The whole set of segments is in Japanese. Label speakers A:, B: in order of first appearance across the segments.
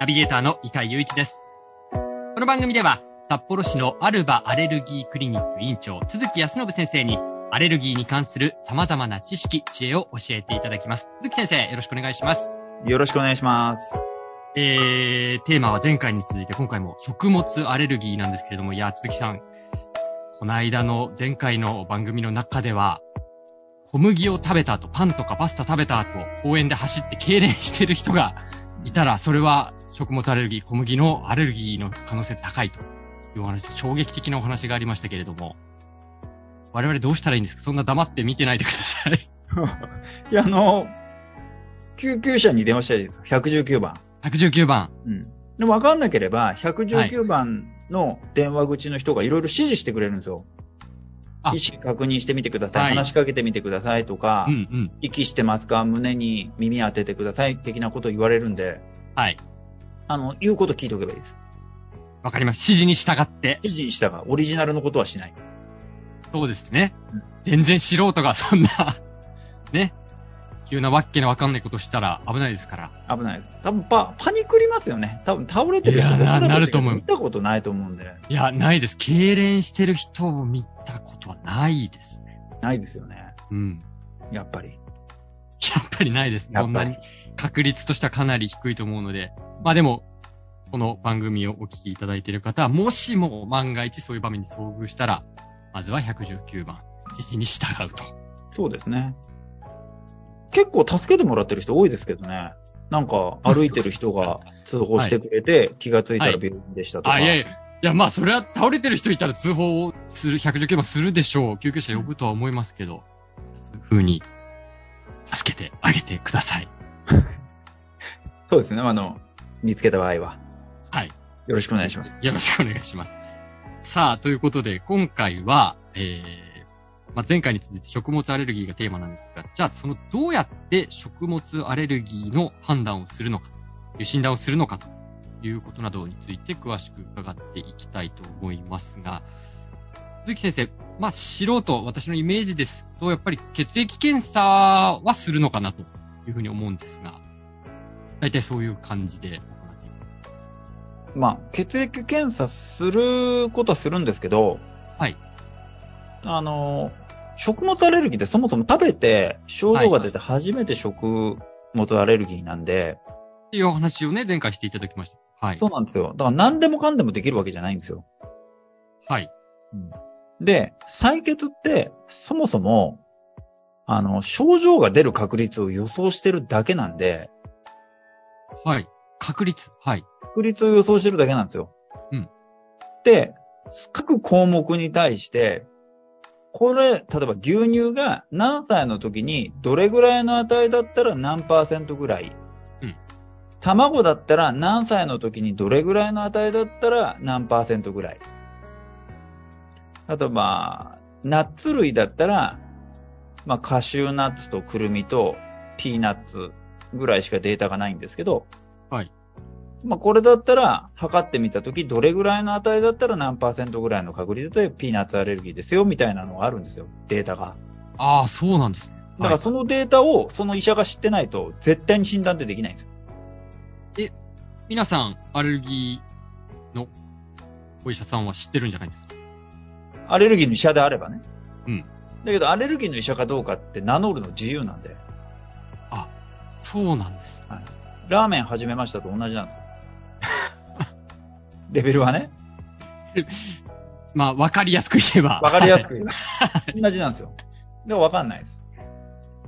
A: ナビゲーターの伊海祐一です。この番組では、札幌市のアルバアレルギークリニック院長、鈴木康信先生に、アレルギーに関する様々な知識、知恵を教えていただきます。鈴木先生、よろしくお願いします。
B: よろしくお願いします。
A: えー、テーマは前回に続いて今回も食物アレルギーなんですけれども、いや、鈴木さん、この間の前回の番組の中では、小麦を食べた後、パンとかパスタ食べた後、公園で走って痙攣してる人がいたら、それは食物アレルギー、小麦のアレルギーの可能性高いというお話、衝撃的なお話がありましたけれども、我々どうしたらいいんですかそんな黙って見てないでください。
B: いや、あの、救急車に電話したいです。119番。
A: 119番。
B: うん。でも分かんなければ、119番の電話口の人がいろいろ指示してくれるんですよ。はい、意識確認してみてください。はい、話しかけてみてくださいとか、うんうん、息してますか胸に耳当ててください的なこと言われるんで。
A: はい。
B: あの、言うこと聞いておけばいいです。
A: わかります。指示に従って。
B: 指示に従う。オリジナルのことはしない。
A: そうですね。うん、全然素人がそんな ね。急なわっけのわかんないことしたら危ないですから。
B: 危ないです。多分パ、パニクりますよね。多分倒れてる人い
A: やなると思う。
B: 見たことないと思うんで。
A: いや、ないです。痙攣してる人を見たことはないですね。
B: ないですよね。
A: うん。
B: やっぱり。
A: やっぱりないです。そんなに。確率としてはかなり低いと思うので。まあでも、この番組をお聞きいただいている方は、もしも万が一そういう場面に遭遇したら、まずは119番、指示に従うと。
B: そうですね。結構助けてもらってる人多いですけどね。なんか、歩いてる人が通報してく れて、はい、気がついたら病院でしたとか。
A: はい、あ、いやいや。いや、まあ、それは倒れてる人いたら通報をする、119番するでしょう。救急車呼ぶとは思いますけど、そういう風に、助けてあげてください。
B: そうですね。あの、見つけた場合は。
A: はい。
B: よろしくお願いします。
A: よろしくお願いします。さあ、ということで、今回は、えー、まあ、前回に続いて食物アレルギーがテーマなんですが、じゃあそのどうやって食物アレルギーの判断をするのか、いう診断をするのかということなどについて詳しく伺っていきたいと思いますが、鈴木先生、まあ、素人、私のイメージですと、やっぱり血液検査はするのかなというふうに思うんですが、大体そういう感じで行ってい
B: くまあ、血液検査することはするんですけど、
A: はい。
B: あの、食物アレルギーってそもそも食べて症状が出て初めて食物アレルギーなんで。
A: はい、っていうお話をね、前回していただきました。はい。
B: そうなんですよ。だから何でもかんでもできるわけじゃないんですよ。
A: はい。
B: うん、で、採血ってそもそも、あの、症状が出る確率を予想してるだけなんで。
A: はい。確率はい。
B: 確率を予想してるだけなんですよ。
A: うん。
B: で、各項目に対して、これ、例えば牛乳が何歳の時にどれぐらいの値だったら何パーセントぐらい、
A: うん、
B: 卵だったら何歳の時にどれぐらいの値だったら何パーセントぐらい。あと、まあ、ナッツ類だったら、まあ、カシューナッツとクルミとピーナッツぐらいしかデータがないんですけど、
A: はい。
B: まあ、これだったら、測ってみたとき、どれぐらいの値だったら何パーセントぐらいの確率でピーナッツアレルギーですよ、みたいなのがあるんですよ、データが。
A: ああ、そうなんですね。
B: だからそのデータを、その医者が知ってないと、絶対に診断ってできないんですよ。
A: え、皆さん、アレルギーのお医者さんは知ってるんじゃないですか
B: アレルギーの医者であればね。
A: うん。
B: だけど、アレルギーの医者かどうかって名乗るの自由なんで。
A: あ、そうなんです。
B: はい。ラーメン始めましたと同じな んですよ。レベルはね。
A: まあ、わかりやすく言えば。
B: わかりやすく言えば。同じなんですよ。でもわかんないです。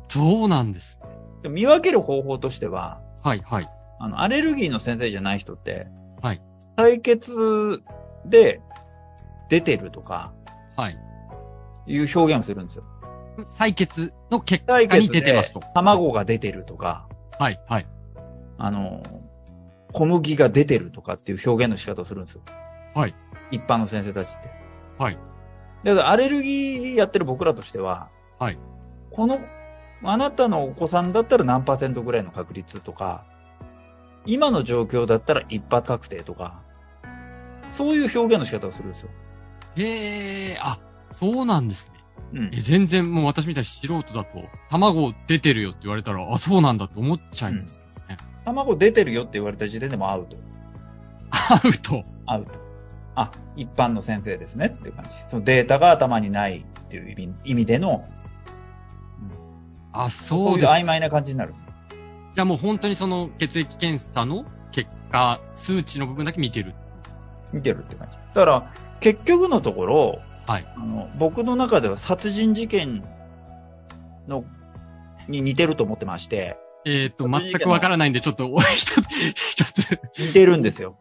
A: そうなんです、
B: ね。見分ける方法としては、
A: はいはい。
B: あの、アレルギーの先生じゃない人って、
A: はい。
B: 採血で出てるとか、
A: はい。
B: いう表現をするんですよ。
A: 採血の結果に出てますと。
B: 卵が出てるとか、
A: はいはい。
B: あの、小麦が出てるとかっていう表現の仕方をするんですよ。
A: はい。
B: 一般の先生たちって。
A: はい。
B: だからアレルギーやってる僕らとしては、
A: はい。
B: この、あなたのお子さんだったら何パーセントぐらいの確率とか、今の状況だったら一発確定とか、そういう表現の仕方をするんですよ。
A: へえ、あ、そうなんですね。
B: うん
A: え、。全然もう私みたいに素人だと、卵出てるよって言われたら、あ、そうなんだって思っちゃいますけどね。
B: 卵出てるよって言われた時点でもうアウト。
A: アウト。
B: アウト。あ、一般の先生ですねっていう感じ。そのデータが頭にないっていう意味意味での、
A: あ、
B: こ
A: そうう
B: い
A: で
B: う
A: す。
B: 曖昧な感じになるんですよ。
A: じゃあもう本当にその血液検査の結果、数値の部分だけ見てる。
B: 見てるって感じ。だから、結局のところ、
A: はい。
B: あの僕の中では殺人事件のに似てると思ってまして、
A: えっ、と、
B: 殺人事件
A: 全くわからないんで、ちょっと、お 一つ、一つ、
B: 似てる んですよ。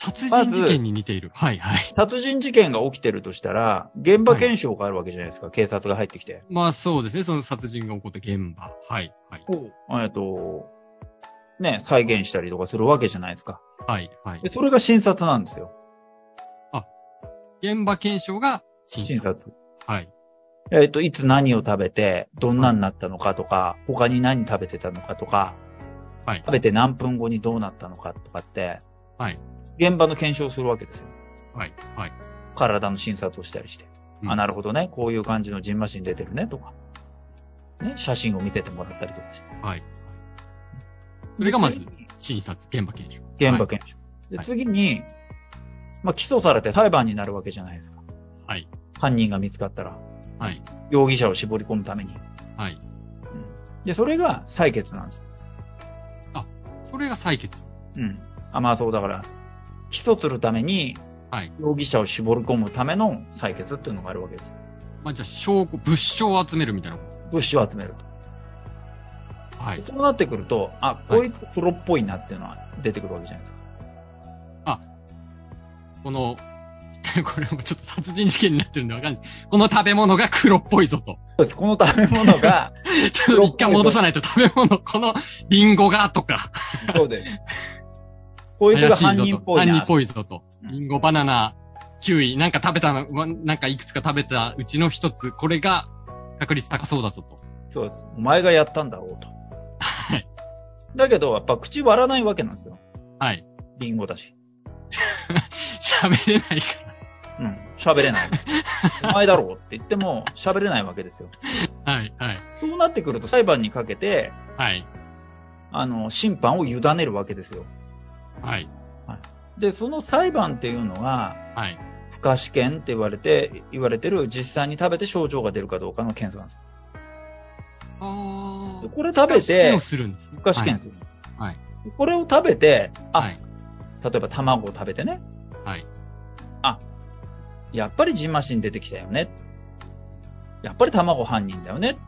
A: 殺人事件に似ている。はい、はい。
B: 殺人事件が起きてるとしたら、現場検証があるわけじゃないですか、警察が入ってきて。
A: まあそうですね、その殺人が起こった現場。はい、はい。
B: えっと、ね、再現したりとかするわけじゃないですか。
A: はい、はい。
B: で、それが診察なんですよ。
A: 現場検証が診
B: 診
A: 察。
B: 察。
A: はい。
B: えっと、いつ何を食べて、どんなになったのかとか、他に何食べてたのかとか、
A: はい
B: 食。べて何分後にどうなったのかとかって、
A: はい。
B: 現場の検証をするわけですよ。
A: はい。はい。
B: 体の診察をしたりして。
A: うん
B: あ、なるほどね。こういう感じのジンマシン出てるね、とか。ね、写真を見ててもらったりとかして。
A: はい。それがまず
B: で次に
A: 診察、現場検証。
B: 現場検証。
A: は
B: で、
A: い
B: 次に、まあ、起訴されて裁判になるわけじゃないですか。
A: はい。
B: 犯人が見つかったら、
A: はい。
B: 容疑者を絞り込むために。
A: はい。
B: で、それが採決なんです。
A: それが採決。
B: うん。あ、まあそうだから、起訴するために、
A: はい。
B: 容疑者を絞り込むための採決っていうのがあるわけです。
A: まあ、じゃあ、証拠、物証を集めるみたいなこ
B: 物資を集めると。
A: と。はい。
B: そうなってくると、あ、こいつプロっぽいなっていうのは出てくるわけじゃないですか。
A: この、 これもちょっと殺人事件になってるんでわかんないです。この食べ物が黒っぽいぞ と。
B: そうです。この食べ 物が、
A: ちょっと一回戻さないと食べ物、このリンゴがとか、
B: そうです。こいつ
A: 怪
B: が
A: しい
B: 犯
A: ぞ
B: 人っ
A: と。
B: ぽい
A: 犯人
B: な
A: っ。ぽいぞと。
B: うん
A: リンゴ、バナナ、キウイ、なんか食べたの、わなんかいくつか食べたうちの一つ、これが確率高そうだぞと。
B: そうです。お前がやったんだろうと。
A: はい。
B: だけど、やっぱ口割らないわけなんですよ。
A: はい。
B: リンゴだし。
A: 喋れないか
B: うん。喋 れない。お前だろうって言っても、喋れないわけですよ。
A: ら。はい、はい、
B: そうなってくると裁判にかけて、
A: はい、
B: あの、審判を委ねるわけですよ。
A: はい、
B: で、その裁判っていうのが、
A: はい。
B: 不可試験って言われて、言われてる実際に食べて症状が出るかどうかの検査なんです
A: あ
B: で。これ食べ
A: 試験
B: て
A: を、するんですね。
B: 不可試験
A: はい
B: する。
A: はい
B: これを食べて、あ、
A: はい
B: 例えば卵を食べてね、
A: はい。
B: やっぱりジンマシン出てきたよね。やっぱり卵犯人だよね。って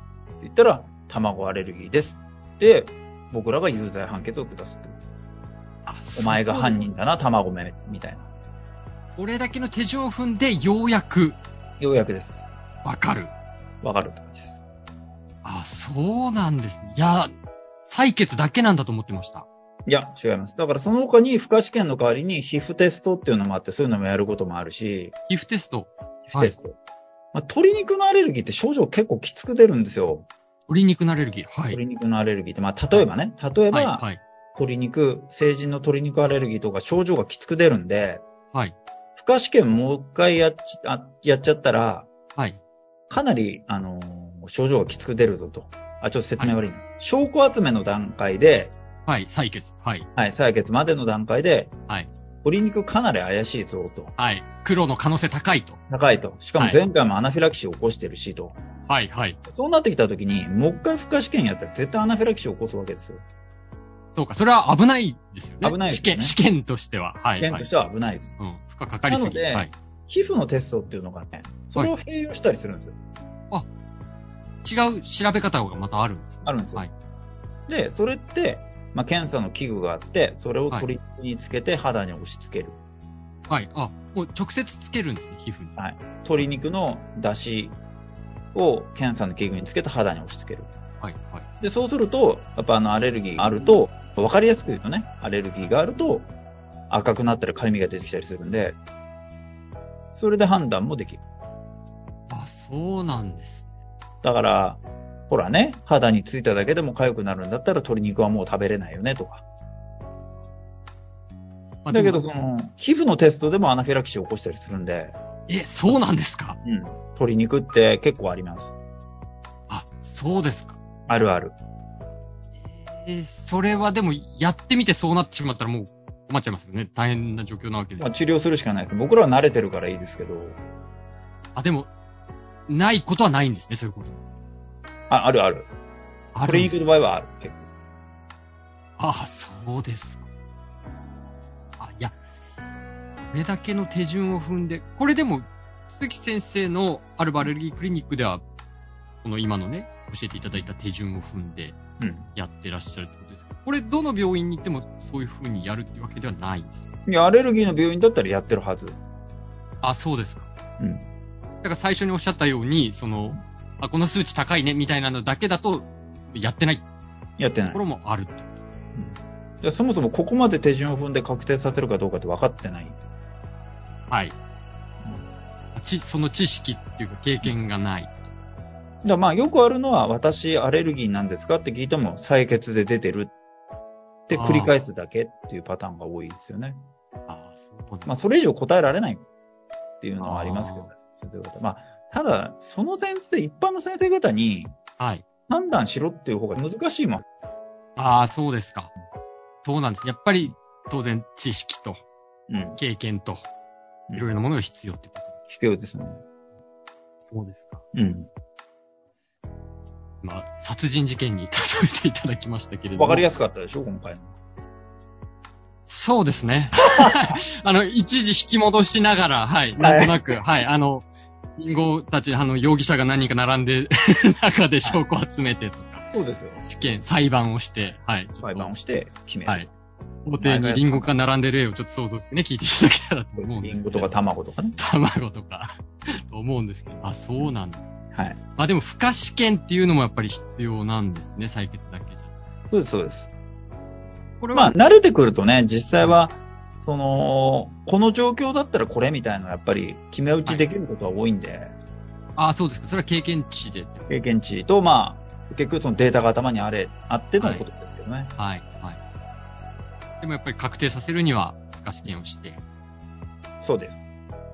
B: 言ったら、卵アレルギーです。で、僕らが有罪判決を下すって
A: あ
B: お前が犯。人だな、卵め、みたいな。
A: そうこれだけの手順を踏んで、ようやく
B: ようやくです。
A: わかる。
B: わかるって感じです。
A: あ、そうなんですね。いや、採決だけなんだと思ってました。
B: いや、違います。だからその他に、不可試験の代わりに、皮膚テストっていうのもあって、そういうのもやることもあるし、
A: 皮膚テスト、
B: 皮膚テスト。まあ、鶏肉のアレルギーって症状結構きつく出るんですよ。
A: 鶏肉のアレルギー。はい。
B: 鶏肉のアレルギーって。まあ、例えばね、例えば、
A: はい、はい、
B: 鶏肉、成人の鶏肉アレルギーとか症状がきつく出るんで、
A: はい、
B: 不可試験もう一回やっちあやっちゃったら、
A: はい。
B: かなり、あのー症状がきつく出るぞと。あ、ちょっと説明悪いな。証拠集めの段階で、
A: はい、採決。はい、
B: はい、採決までの段階で、
A: はい、
B: 鶏肉かなり怪しいぞと。
A: はい。黒の可能性高いと。
B: 高いと。しかも
A: はい
B: 前回もアナフィラキシーを起こしてるしと。
A: はい、はい。
B: そうなってきた時に、もう一回不可試験やったら絶対アナフィラキシーを起こすわけですよ。
A: そうか、それは危ないですよね。
B: 危ないです
A: 試
B: よね
A: 験、試験としては。はい、
B: 験
A: は
B: と
A: い
B: し。ては危ないです。
A: うん。負荷かかりすぎ。
B: なので
A: はい。
B: 皮膚のテストっていうのがね、それを併用したりするんですよ。
A: 違う調べ方がまたあるんですね。
B: あるんですよ。
A: はい
B: で、それって、まあ、検査の器具があって、それを取りにつけて肌に押し付ける。
A: はい。あ、もう直接つけるんですね、皮膚に。
B: 鶏肉の出汁を検査の器具につけて肌に押し付ける。
A: はい、はい。
B: で、そうすると、やっぱあのアレルギーがあると、か分かりやすく言うとね、アレルギーがあると赤くなったり痒みが出てきたりするんで、それで判断もできる。
A: あ、そうなんです。
B: だから、ほらね、肌についただけでも痒くなるんだったら鶏肉はもう食べれないよねとか。
A: まあ
B: だけど、
A: で
B: そ
A: も
B: の、皮膚のテストでもアナフィラキシーを起こしたりするんで、
A: え、そうなんですか
B: うん。鶏肉って結構あります。
A: あ、そうですか。
B: あるある。
A: えーそれはでも、やってみてそうなってしまったらもう困っちゃいますよね。大変な状況なわけで
B: まあ、。治療するしかないです。僕らは慣れてるからいいですけど、
A: あ、でも、ないことはないんですね、そういうこと。
B: あ、あるある。
A: ある
B: 鶏
A: ん
B: 肉
A: です
B: の場合はある。結
A: あ、そうですか。あ、いや、これだけの手順を踏んで、これでも、鈴木先生のアルバアレルギークリニックでは、この今のね、教えていただいた手順を踏んで
B: 構うん。
A: やってらっしゃるってことですけど、これどの病院に行ってもそういう風にやるってわけではないんですよ
B: いや、アレルギーの病院だったらやってるはず。
A: あ、そうですか。
B: うん。
A: だから最初におっしゃったように、その、あ、この数値高いね、みたいなのだけだと、やってない
B: やってな
A: と
B: い。
A: ころもあると。
B: いやそもそもここまで手順を踏んで確定させるかどうかって分かってない。
A: はい。ち、その知識っていうか経験がない。
B: だからまあよくあるのは、私アレルギーなんですかって聞いても、採血で出てるって繰り返すだけっていうパターンが多いですよね。
A: ああ、そうなんだ
B: まあそれ以上答えられないっていうのはありますけどね。そういうことまあ、ただ、その先生、一般の先生方に
A: はい。
B: 判断しろっていう方が難しいもん。
A: ああ、そうですか。そうなんです。やっぱり、当然、知識と、
B: うん。
A: 経験と、
B: うん
A: いろいろなものが必要ってこと。
B: 必要ですね。
A: そうですか。
B: うん。
A: まあ、殺人事件に例えていただきましたけれども。
B: わかり
A: や
B: やすかったでしょ、今回の。
A: そうです ね。あの、一時引き戻しながら、はい、なんとなく、はい、あの、リンゴたち、あの、容疑者が何人か並んで、 中で証拠を集めてとか、
B: そうですよ。
A: 試験、裁判をして、はい、ちょっと
B: 裁判をして決める。
A: はい。法廷にリンゴが並んでる例をちょっと想像してね、聞いていただけたらと思うんで
B: リ
A: す
B: ン
A: けど
B: ゴとか卵とかね。
A: 卵とか、 と思うんですけど。あ、そうなんです。
B: はい。
A: まあでも、不可試験っていうのもやっぱり必要なんですね、採血だけじゃ。
B: そうです、そうです。
A: これ
B: まあ、
A: は、
B: 慣れてくるとね、実際は、その、この状況だったらこれみたいなのやっぱり決め打ちできることは多いんで、
A: ああ、そうですか。それは経験値でってこと。
B: 経験値と、まあ、結局そのデータが頭にあれ、あってのことですけどね。
A: はい、はい。でもやっぱり確定させるには、不可試験をして。
B: そうです。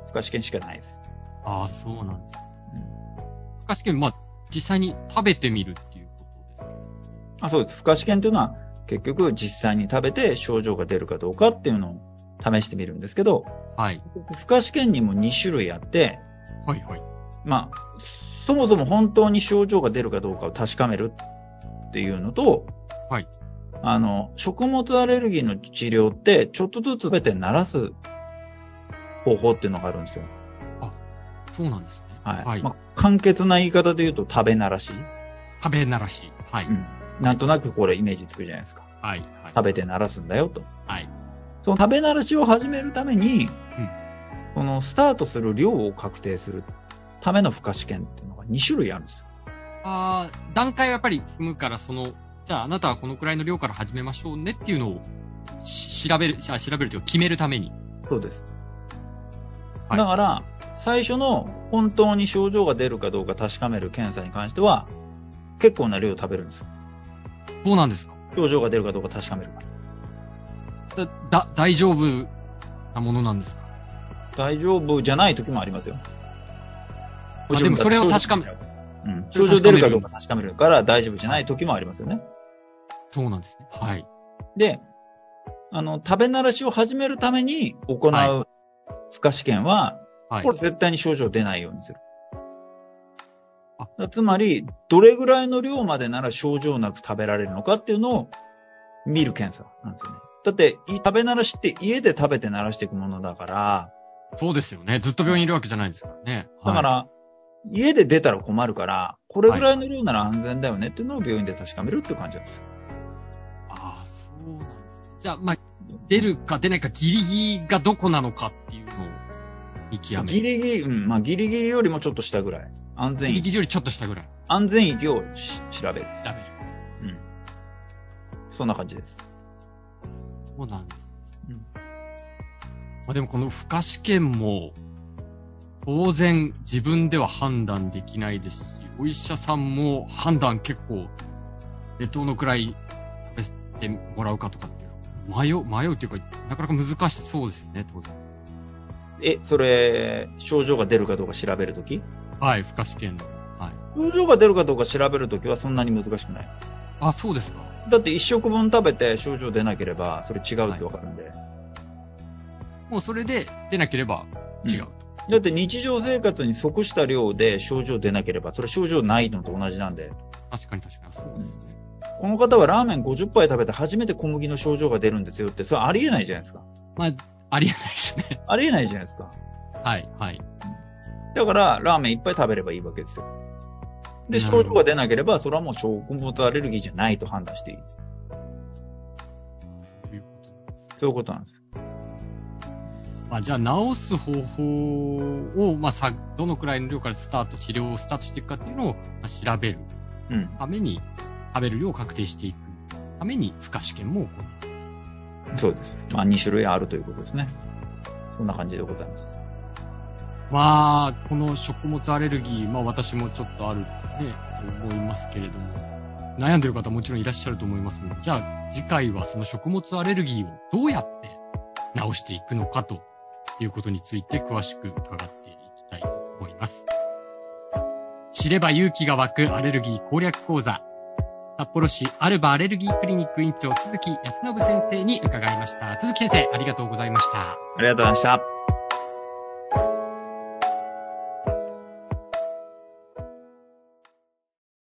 B: 不可試験しかないです。
A: ああ、そうなんです。不可試験、まあ、実際に食べてみるっていうことですね。
B: あそうです。不可試験というのは、結局実際に食べて症状が出るかどうかっていうのを試してみるんですけど、
A: はい。
B: 不可試験にも2種類あって、
A: はい、はい。
B: まあ、そもそも本当に症状が出るかどうかを確かめるっていうのと、
A: はい。
B: あの、食物アレルギーの治療って、ちょっとずつべて慣らす方法っていうのがあるんですよ。
A: そうなんですね。
B: はい。
A: はい。
B: まあ、簡潔な言い方で言うと食べ慣らし。。
A: 食べ慣らし。はいう
B: ん。なんとなくこれイメージつくじゃないですか。
A: はい。はい。
B: 食べて慣らすんだよと。
A: はい。
B: その食べ慣らしを始めるために、このスタートする量を確定するための負荷試験っていうのが2種類あるんですよ。
A: ああ、段階はやっぱり踏むから、その、じゃああなたはこのくらいの量から始めましょうねっていうのをし調べる、あ調べるというか決めるために。
B: そうです。
A: はい
B: だから、最初の本当に症状が出るかどうか確かめる検査に関しては、結構な量を食べるんですよ。
A: そうなんですか
B: 症状が出るかどうか確かめるから。
A: だ、だ大丈夫なものなんですか
B: 大丈夫じゃない時もありますよ。
A: あでもそれを確かめ
B: うん。症状出るかどうか確かめるから大丈夫じゃない時もありますよね。
A: そうなんですね。はい。
B: で、あの、食べ慣らしを始めるために行
A: は
B: う負荷試験は、
A: はい
B: こ。れ絶対に症状出ないようにする
A: あ。
B: だつまり、どれぐらいの量までなら症状なく食べられるのかっていうのを見る検査なんですよね。だって、い食べ慣らしって家で食べて慣らしていくものだから、
A: そうですよね。ずっと病院にいるわけじゃないですからね。
B: だか
A: はい、
B: ら、家で出たら困るから、これぐらいの量なら安全だよねっていうのを病院で確かめるっていう感じなんですよ。
A: ああ、そうなんです。じゃあ、まあ、出るか出ないかギリギリがどこなのかっていうのを見極め
B: ギ
A: る。
B: リギリ、うん、まあギリギリよりもちょっと下ぐらい。安
A: ギ
B: 全
A: リ
B: 域、
A: ギリよりちょっとしたぐらい
B: 安全域をし調
A: 調
B: べる。
A: べる。
B: うん。そんな感じです。
A: そうなんです。
B: うん
A: まあ、でもこの不可試験も、当然自分では判断できないですし、お医者さんも判断結構、え、どのくらい食べてもらうかとかっていうの迷う、迷うっていうか、なかなか難しそうですよね、当然。
B: え、それ、症状が出るかどうか調べるとき
A: はい、不可試験の。はい。
B: 症状が出るかどうか調べるときはそんなに難しくない。
A: あ、そうですか。
B: だって一食分食べて症状出なければ、それ違うってわかるんで。
A: もうそれで出なければ違う。
B: うんだって日常生活に即した量で症状出なければ、それ症状ないのと同じなんで。
A: 確かに確かに。そうですね。
B: この方はラーメン50杯食べて初めて小麦の症状が出るんですよって、それありえないじゃないですか。
A: まあ、ありえないですね。
B: ありえないじゃないですか。
A: はい、はい。
B: だから、ラーメンいっぱい食べればいいわけですよ。で、
A: なるほど
B: 症状が出なければ、それはもう食物アレルギーじゃないと判断していい。
A: ということ
B: そういうことなんです。
A: まあ、じゃあ、治す方法を、まあ、さ、どのくらいの量からスタート、治療をスタートしていくかっていうのを、まあ、調べる
B: うん。
A: ために、食べる量を確定していくために、負荷試験も行う。
B: そうです。まあ、2種類あるということですね。そんな感じでございます。
A: まあ、この食物アレルギー、まあ、私もちょっとあるね、と思いますけれども、悩んでる方もちろんいらっしゃると思いますので、じゃあ、次回はその食物アレルギーをどうやって治していくのかということについて詳しく伺っていきたいと思います。知れば勇気が湧くアレルギー攻略講座。札幌市アルバアレルギークリニック院長、鈴木康信先生に伺いました。鈴木先生、ありがとうございました。
B: ありがとうございました。